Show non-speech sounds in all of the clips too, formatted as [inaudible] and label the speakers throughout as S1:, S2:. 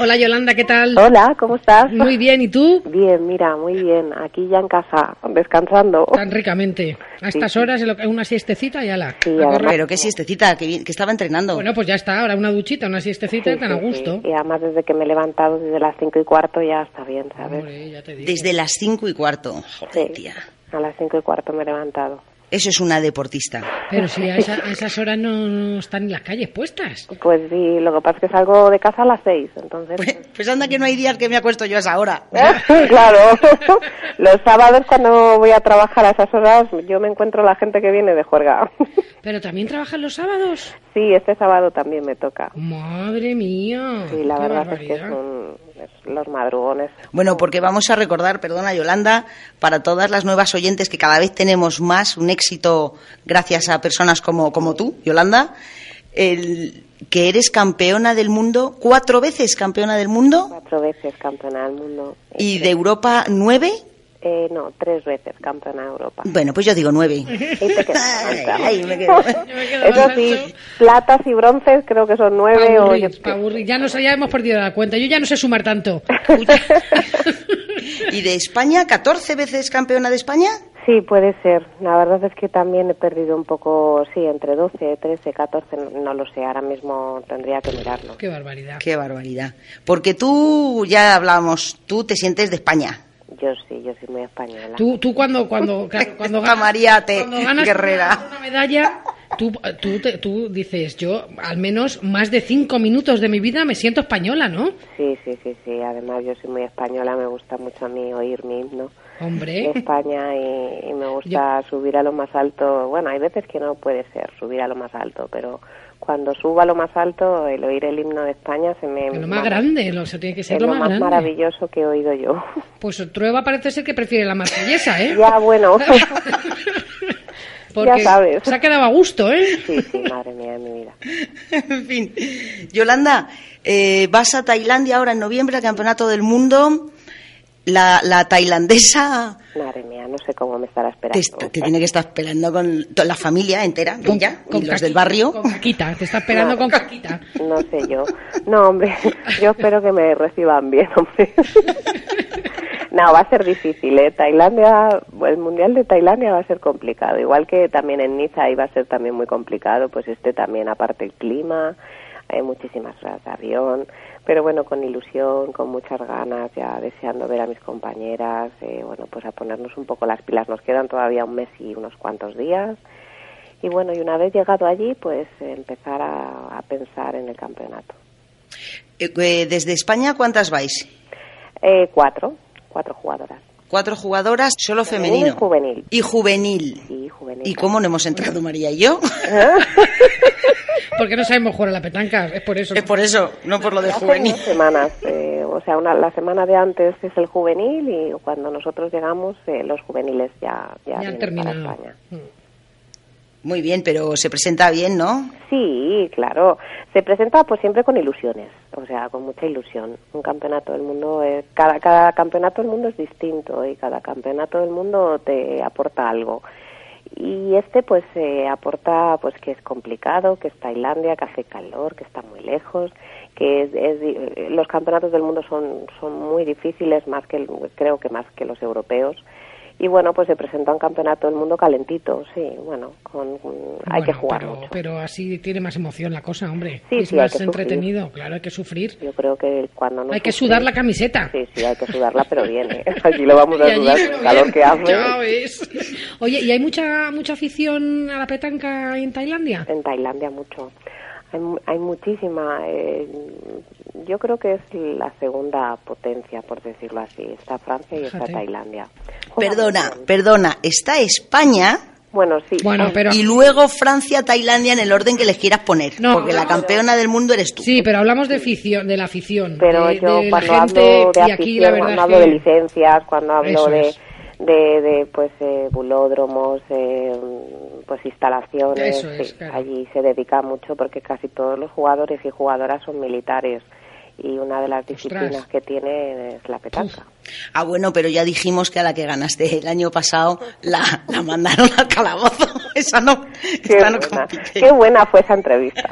S1: Hola Yolanda, ¿qué tal?
S2: Hola, ¿cómo estás?
S1: Muy bien, ¿y tú?
S2: Bien, mira, muy bien. Aquí ya en casa, descansando.
S1: Tan ricamente. A estas horas, en lo que- una siestecita y ala.
S2: Sí,
S1: a
S2: además-
S1: correr.
S3: Pero qué siestecita, que, bien- que estaba entrenando.
S1: Bueno, pues ya está, ahora una duchita, una siestecita,
S2: Sí,
S1: tan a
S2: sí,
S1: gusto.
S2: sí. Y además desde que me he levantado desde las cinco y cuarto ya está bien, ¿sabes?
S1: Hombre, ya te digo.
S3: Desde las cinco y cuarto. Joder,
S2: Sí.
S3: tía.
S2: A las cinco y cuarto me he levantado.
S3: Eso es una deportista. [laughs]
S1: Pero si a, esa- a esas horas no, no están las calles puestas.
S2: Pues sí, lo que pasa es que salgo de casa a las seis, entonces...
S3: Pues, pues anda que no hay días que me acuesto yo a esa hora.
S2: [laughs] claro, los sábados cuando voy a trabajar a esas horas yo me encuentro la gente que viene de juerga. [laughs]
S1: Pero también trabajan los sábados.
S2: sí, este sábado también me toca.
S1: Madre mía.
S2: Sí, la
S1: Ah, qué
S2: verdad es que es
S1: barbaridad.
S2: un- es los madrugones.
S3: Bueno, porque vamos a recordar, perdona Yolanda, para todas las nuevas oyentes que cada vez tenemos más, un éxito gracias a personas como, como tú, Yolanda, el, que eres campeona del mundo, cuatro veces campeona del mundo
S2: Cuatro veces campeona del mundo.
S3: y de Europa nueve.
S2: Eh, no, tres veces campeona de
S3: [laughs]
S2: Europa.
S3: Bueno, pues yo digo nueve.
S2: Y te
S3: Ay,
S2: quedas.
S3: ay,
S2: [laughs]
S3: me quedo.
S1: me quedo
S2: Eso
S1: más
S2: sí,
S1: ancho.
S2: platas y bronces creo que son
S1: Pa'
S2: nueve o...
S1: aburrir,
S2: yo-
S1: pa' aburrir. Ya, nos, ya hemos perdido la cuenta. Yo ya no sé sumar tanto.
S3: [laughs] Y de España, 14 veces campeona de España.
S2: Sí, puede ser. La verdad es que también he perdido un poco, sí, entre 12, 13, 14, no, no lo sé, ahora mismo tendría que mirarlo.
S1: Qué barbaridad.
S3: Qué barbaridad. Porque tú, ya hablamos, tú te sientes de España. [laughs]
S2: Yo sí, yo soy muy española.
S1: Tú, tú cuando, cuando, ca- cuando
S3: Esta María Te-
S1: cuando ganas
S3: Guerrera.
S1: una, una medalla, tú, tú, te- tú dices, yo al menos más de cinco minutos de mi vida me siento española, ¿no?
S2: Sí, sí, sí, sí, además yo soy muy española, me gusta mucho a mí oír mi himno. de
S1: Hombre,
S2: España y, y me gusta subir a lo más alto. Bueno, hay veces que no puede ser subir a lo más alto, pero cuando subo a lo más alto, el oír el himno de España se me...
S1: lo más grande, lo, se tiene que ser
S2: Es
S1: lo
S2: lo
S1: más,
S2: más
S1: grande.
S2: maravilloso que he oído yo. [laughs]
S1: Pues Trueba parece ser que prefiere la marsellesa, ¿eh?
S2: ya,
S1: [laughs]
S2: bueno.
S1: Porque
S2: Ya sabes.
S1: se ha quedado a gusto, ¿eh?
S2: sí, sí, madre mía de mi vida.
S3: en fin. Yolanda, eh, vas a Tailandia ahora en noviembre al Campeonato del Mundo. La, la tailandesa
S2: Madre mía, no sé cómo me estará
S3: te,
S2: esperando.
S3: est- te tiene que estar esperando con to- la familia entera, ella y los
S1: Caqui-
S3: del barrio.
S1: Con Caquita, te está esperando
S2: No.
S1: con Caquita.
S2: No sé yo. No, hombre, [laughs] yo espero que me reciban bien, hombre. No, va a ser difícil, ¿eh? Tailandia, el Mundial de Tailandia va a ser complicado. Igual que también en Niza iba a ser también muy complicado, pues este también, aparte el clima, hay muchísimas horas de avión. Pero bueno, con ilusión, con muchas ganas, ya deseando ver a mis compañeras, eh, bueno, pues a ponernos un poco las pilas. Nos quedan todavía un mes y unos cuantos días. Y bueno, y una vez llegado allí, pues eh, empezar a, a pensar en el campeonato.
S3: Eh, eh, desde España, ¿cuántas vais?
S2: Eh, cuatro, cuatro jugadoras.
S3: Cuatro jugadoras, solo
S2: Femenino
S3: femenino.
S2: y juvenil.
S3: Y juvenil.
S2: Sí, juvenil.
S3: ¿Y cómo no hemos entrado María y yo?
S1: Porque no sabemos jugar a la petanca, es por eso.
S3: es por eso, no por lo de
S2: Hace
S3: juvenil.
S2: unas semanas, eh, o sea, una, la semana de antes es el juvenil y cuando nosotros llegamos, eh, los juveniles ya, ya,
S1: ya han
S2: vienen para
S1: terminado. Mm.
S2: España.
S3: Muy bien, pero se presenta bien, ¿no?
S2: Sí, claro. Se presenta pues siempre con ilusiones, o sea, con mucha ilusión. Un campeonato del mundo, eh, cada, cada campeonato del mundo es distinto y cada campeonato del mundo te aporta algo. Y este pues eh, aporta pues que es complicado, que es Tailandia, que hace calor, que está muy lejos, que es- es di- eh, los campeonatos del mundo son, son muy difíciles, más que el- creo que más que los europeos. Y bueno, pues se presenta un campeonato del mundo calentito, sí, bueno, con, hay que
S1: Bueno,
S2: jugar
S1: pero,
S2: mucho.
S1: pero así tiene más emoción la cosa, hombre.
S2: Sí,
S1: Y es
S2: sí, hay
S1: más
S2: que sufrir.
S1: entretenido, claro, hay que sufrir.
S2: Yo creo que cuando no
S1: hay que
S2: sufres-
S1: sudar la camiseta.
S2: Sí, sí, hay que sudarla, pero bien.
S1: [laughs]
S2: ¿eh? [laughs] Aquí lo vamos
S1: Y
S2: a
S1: allí,
S2: sudar con
S1: pero
S2: el calor
S1: bien,
S2: que
S1: ya
S2: hace.
S1: ves. Oye, ¿y hay mucha mucha afición a la petanca en Tailandia?
S2: En Tailandia mucho. Hay, mu- hay muchísima. eh, yo creo que es la segunda potencia, por decirlo así. Está Francia y está
S1: Fíjate.
S2: Tailandia. Juegan
S3: Perdona,
S2: muy bien.
S3: perdona, está España
S2: Bueno, sí.
S1: Bueno, pero.
S3: Y luego Francia, Tailandia en el orden que les quieras poner.
S1: No,
S3: porque
S1: no,
S3: la
S1: pero-
S3: campeona del mundo eres tú.
S1: Sí, pero hablamos de, afición, de la afición.
S2: pero
S1: de-
S2: yo
S1: de la
S2: cuando
S1: gente,
S2: hablo de
S1: y aquí la
S2: afición,
S1: verdad
S2: cuando
S1: es
S2: hablo
S1: que-
S2: de licencias, cuando hablo
S1: Eso
S2: de,
S1: es.
S2: de, de, pues eh, bulódromos, eh, pues instalaciones,
S1: Eso es,
S2: sí,
S1: claro.
S2: allí se dedica mucho porque casi todos los jugadores y jugadoras son militares y una de las disciplinas que tiene es la petanca.
S3: Ah, bueno, pero ya dijimos que a la que ganaste el año pasado la, la mandaron al calabozo. [laughs] Esa no.
S2: Qué
S3: esta no
S2: buena.
S3: compite.
S2: Qué buena fue
S1: [laughs]
S2: esa entrevista.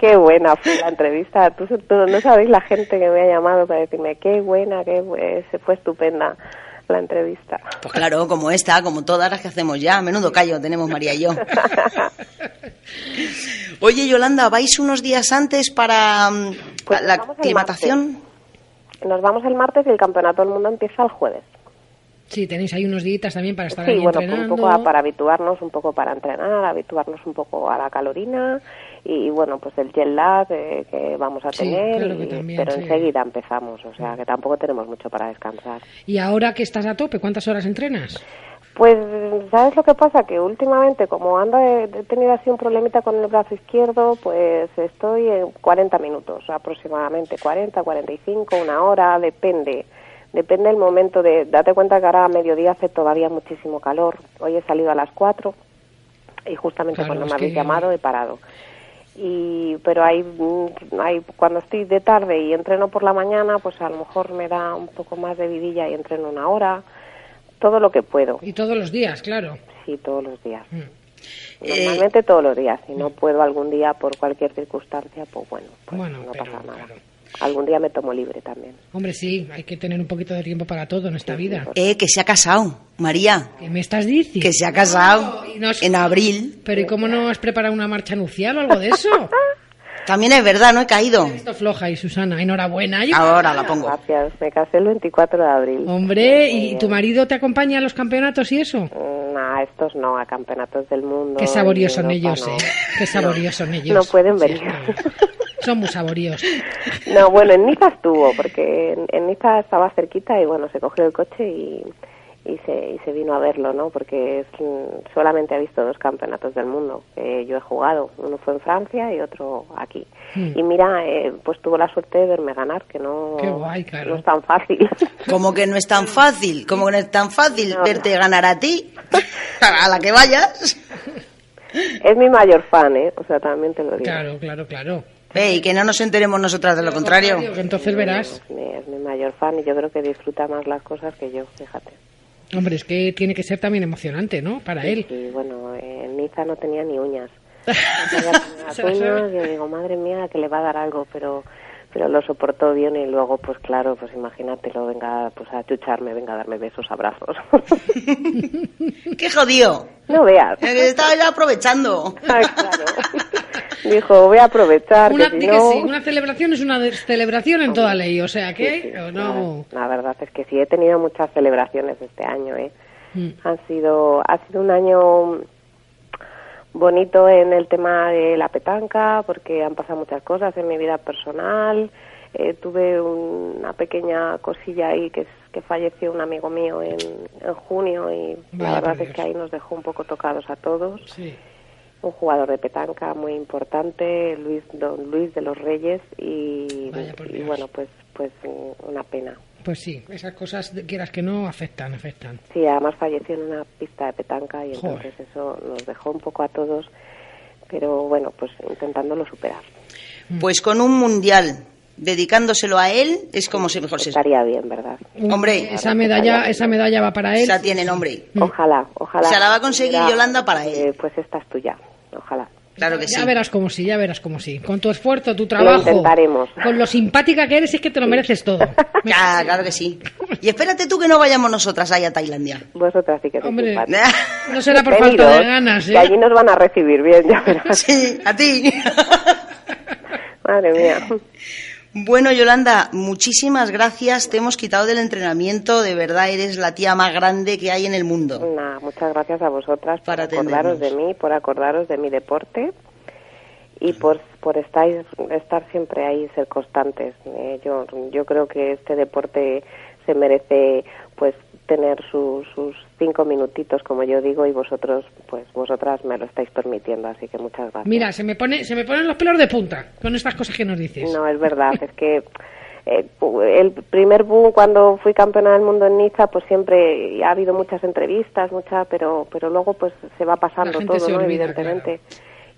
S2: Qué buena fue la entrevista. Tú, tú no sabéis la gente que me ha llamado para decirme qué buena, qué bu- eh, se fue estupenda la entrevista. [laughs]
S3: Pues claro, como esta, como todas las que hacemos ya. Menudo callo tenemos María
S2: [laughs]
S3: y yo. Oye, Yolanda, ¿vais unos días antes para mm,
S2: Pues
S3: la
S2: vamos el
S3: climatación?
S2: Nos vamos el martes y el campeonato del mundo empieza el jueves.
S1: Sí, tenéis ahí unos días también para estar
S2: Sí,
S1: ahí
S2: bueno, pues un
S1: entrenando.
S2: poco a- para habituarnos, un poco para entrenar, habituarnos un poco a la calorina y, bueno, pues el jet lag eh, que vamos a
S1: Sí,
S2: tener,
S1: claro que
S2: y-
S1: también,
S2: pero
S1: sí.
S2: enseguida empezamos, o sea que tampoco tenemos mucho para descansar.
S1: Y ahora que estás a tope, ¿cuántas horas entrenas?
S2: Pues, ¿sabes lo que pasa? Que últimamente, como ando, he he tenido así un problemita con el brazo izquierdo, pues estoy en 40 minutos aproximadamente, 40, 45, una hora, depende. Depende el momento de. Date cuenta que ahora a mediodía hace todavía muchísimo calor. Hoy he salido a las 4 y justamente
S1: Claro,
S2: cuando
S1: es
S2: me habéis
S1: que-
S2: llamado he parado. Y, pero hay, mm, hay, cuando estoy de tarde y entreno por la mañana, pues a lo mejor me da un poco más de vidilla y entreno una hora. Todo lo que puedo.
S1: Y todos los días, claro.
S2: Sí, todos los días.
S1: Mm.
S3: Eh,
S2: Normalmente todos los días. Si no puedo algún día por cualquier circunstancia, pues bueno, pues
S1: Bueno,
S2: no
S1: pero-
S2: pasa nada.
S1: pero-
S2: Algún día me tomo libre también.
S1: Hombre, sí, hay que tener un poquito de tiempo para todo en esta vida.
S3: Eh, que se ha casado, María.
S1: ¿Qué me estás diciendo?
S3: Que se ha casado
S1: y no es-
S3: en abril.
S1: Pero ¿y cómo no has preparado una marcha nupcial o algo de eso?
S2: [laughs]
S3: También es verdad, no he caído.
S1: Esto floja y Susana, enhorabuena. Yo-
S2: Ah,
S3: Ahora la pongo.
S2: Gracias. Me casé el 24 de abril. Eh,
S1: Hombre, ¿y tu marido te acompaña a los campeonatos y eso?
S2: Mm, A estos no, a campeonatos del mundo.
S1: Qué saboríos
S2: y
S1: son
S2: Europa
S1: ellos,
S2: no.
S1: ¿eh? Qué saboríos son ellos.
S2: No pueden venir.
S1: Son muy saboríos.
S2: No, bueno, en Niza estuvo, porque en, en Niza estaba cerquita y bueno, se cogió el coche y, y, se, y se vino a verlo, ¿no? Porque es, mm, solamente ha visto dos campeonatos del mundo que yo he jugado. Uno fue en Francia y otro aquí.
S1: Hmm.
S2: Y mira, eh, pues tuvo la suerte de verme ganar, que no,
S1: Qué guay, claro.
S2: no es tan fácil. [laughs]
S3: Como que no es tan fácil, como que no es tan fácil
S2: No,
S3: verte ganar a ti, [laughs] a la que vayas.
S2: es mi mayor fan, ¿eh? O sea, también te lo digo.
S1: Claro, claro, claro.
S3: Ve, y que no nos enteremos nosotras de lo contrario.
S1: Entonces verás.
S2: Es mi, es mi mayor fan y yo creo que disfruta más las cosas que yo, fíjate.
S1: Hombre, es que tiene que ser también emocionante, ¿no? Para él.
S2: Y bueno, eh, en Niza no tenía
S1: [laughs]
S2: ni uñas. No tenía ni uñas, yo digo, madre mía, que le va a dar algo, pero pero lo soportó bien y luego, pues claro, pues imagínatelo, venga pues a chucharme, venga a darme besos, abrazos. [laughs]
S3: ¡Qué jodido!
S2: no
S1: [laughs]
S2: veas. [laughs]
S3: Eh, que Estaba ya aprovechando.
S2: Ay, claro. [laughs] Dijo, voy a aprovechar.
S1: Una,
S2: que
S1: di
S2: si
S1: que
S2: no...
S1: sí,
S2: [laughs]
S1: una celebración es una de- celebración en toda ley, o sea que o no.
S2: La verdad es que sí, he tenido muchas celebraciones este año, ¿eh?
S1: Mm.
S2: Han sido, ha sido un año bonito en el tema de la petanca, porque han pasado muchas cosas en mi vida personal. Eh, tuve una pequeña cosilla ahí que, es- que falleció un amigo mío en, en junio y
S1: Vaya
S2: la verdad
S1: por
S2: es que
S1: Dios.
S2: ahí nos dejó un poco tocados a todos
S1: Sí.
S2: un jugador de petanca muy importante, Luis Don Luis de los Reyes y,
S1: Vaya por
S2: y
S1: Dios.
S2: bueno pues pues mm, una pena.
S1: Pues sí, esas cosas quieras que no afectan, afectan.
S2: Sí, además falleció en una pista de petanca y
S1: Joder.
S2: entonces eso nos dejó un poco a todos, pero bueno pues intentándolo superar.
S3: Pues con un mundial dedicándoselo a él es como si mejor se.
S2: Estaría bien, verdad.
S3: Hombre,
S1: esa medalla, esa medalla va para él.
S3: ya tiene nombre.
S1: Mm.
S2: Ojalá, ojalá.
S3: O sea, la va a conseguir Yolanda para él.
S2: eh, pues esta es tuya, ojalá.
S3: Claro que sí.
S1: Ya verás como sí, ya verás como sí. Con tu esfuerzo, tu trabajo.
S2: intentaremos.
S1: Con lo simpática que eres, es que te lo mereces todo.
S3: [laughs] Ya, claro que sí. Y espérate tú que no vayamos nosotras ahí a Tailandia.
S2: [laughs]
S3: [laughs]
S2: Vosotras sí que sois
S1: Hombre,
S2: simpáticas.
S1: no será por falta
S2: Venidos,
S1: de ganas,
S2: que allí
S1: ¿eh?
S2: nos van a recibir bien, ya
S1: [laughs]
S2: verás.
S3: Sí, a ti. [laughs]
S2: Madre mía.
S3: Bueno, Yolanda, muchísimas gracias. Te hemos quitado del entrenamiento. De verdad, eres la tía más grande que hay en el mundo.
S2: Nada, muchas gracias a vosotras
S3: Para
S2: por acordaros de
S3: atendernos.
S2: mí, por acordaros de mi deporte y por, por estar, estar siempre ahí, ser constantes. Eh, yo, yo creo que este deporte se merece pues tener su- sus cinco minutitos, como yo digo, y vosotros, pues vosotras me lo estáis permitiendo, así que muchas gracias.
S1: Mira, se me, pone, se me ponen los pelos de punta con estas cosas que nos dices.
S2: No, es verdad, es que eh, el primer boom cuando fui campeona del mundo en Niza, pues siempre ha habido muchas entrevistas, mucha, pero pero luego pues se va pasando
S1: gente
S2: todo,
S1: se
S2: ¿no?
S1: olvida,
S2: evidentemente.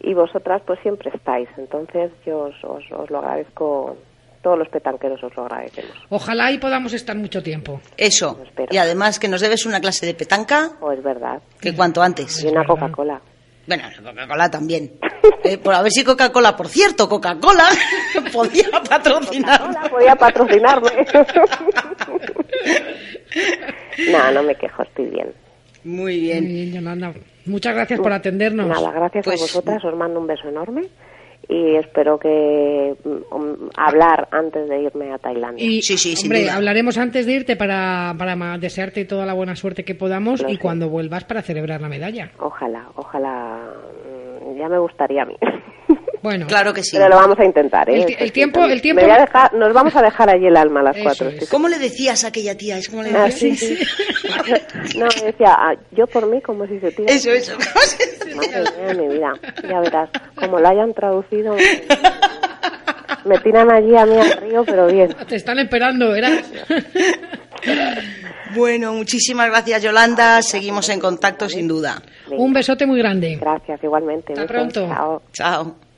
S2: Y vosotras pues siempre estáis, entonces yo os, os- os lo agradezco, todos los petanqueros os lo agradecemos.
S1: Ojalá y podamos estar mucho tiempo.
S3: Eso.
S2: Espero.
S3: Y además que nos debes una clase de petanca,
S2: O Oh, es verdad.
S3: que cuanto antes.
S2: Y una
S1: verdad.
S2: Coca-Cola.
S3: Bueno, la Coca-Cola también. Eh, por a ver si Coca-Cola, por cierto, Coca-Cola [laughs] podía
S2: Hola,
S3: patrocinar.
S2: Ah,
S1: [laughs]
S2: podía patrocinarme. [laughs] no, no me quejo, estoy bien.
S3: Muy
S1: Muy
S3: bien.
S1: bien, Yolanda. Muchas gracias por atendernos.
S2: Nada, gracias
S3: Pues-
S2: a
S1: mm.
S2: vosotras, os mando un beso enorme y espero que mm, um, hablar antes de irme a Tailandia.
S1: Y,
S3: Sí, sí, sin
S1: hombre,
S3: duda.
S1: hablaremos antes de irte para, para ma- desearte toda la buena suerte que podamos
S2: Lo
S1: y
S2: sé.
S1: cuando vuelvas para celebrar la medalla.
S2: Ojalá, ojalá, mm, ya me gustaría a mí. [laughs]
S1: Bueno,
S3: Claro que sí.
S2: Pero lo vamos a intentar, ¿eh?
S1: El ti- el
S2: Eso
S1: tiempo-
S2: también.
S1: el tiempo-
S2: Me voy a dejar- nos vamos a dejar allí el alma a las
S1: Eso
S2: cuatro.
S1: es.
S2: estoy
S3: ¿Cómo le decías a aquella tía? ¿Es como le
S2: segura.
S1: [laughs]
S3: decías?
S2: no, me decía, ah, yo por mí, como si se tira.
S3: Eso, eso. [laughs]
S2: Madre mía, mi vida. Ya verás, como lo hayan traducido, me tiran allí a mí al río, pero bien.
S1: te están esperando, ¿verdad? [laughs]
S3: Bueno, muchísimas gracias, Yolanda. Seguimos en contacto, sin duda.
S1: Un besote muy grande.
S2: Gracias, igualmente.
S1: Hasta
S2: Besos,
S1: pronto.
S2: Chao.
S3: Chao.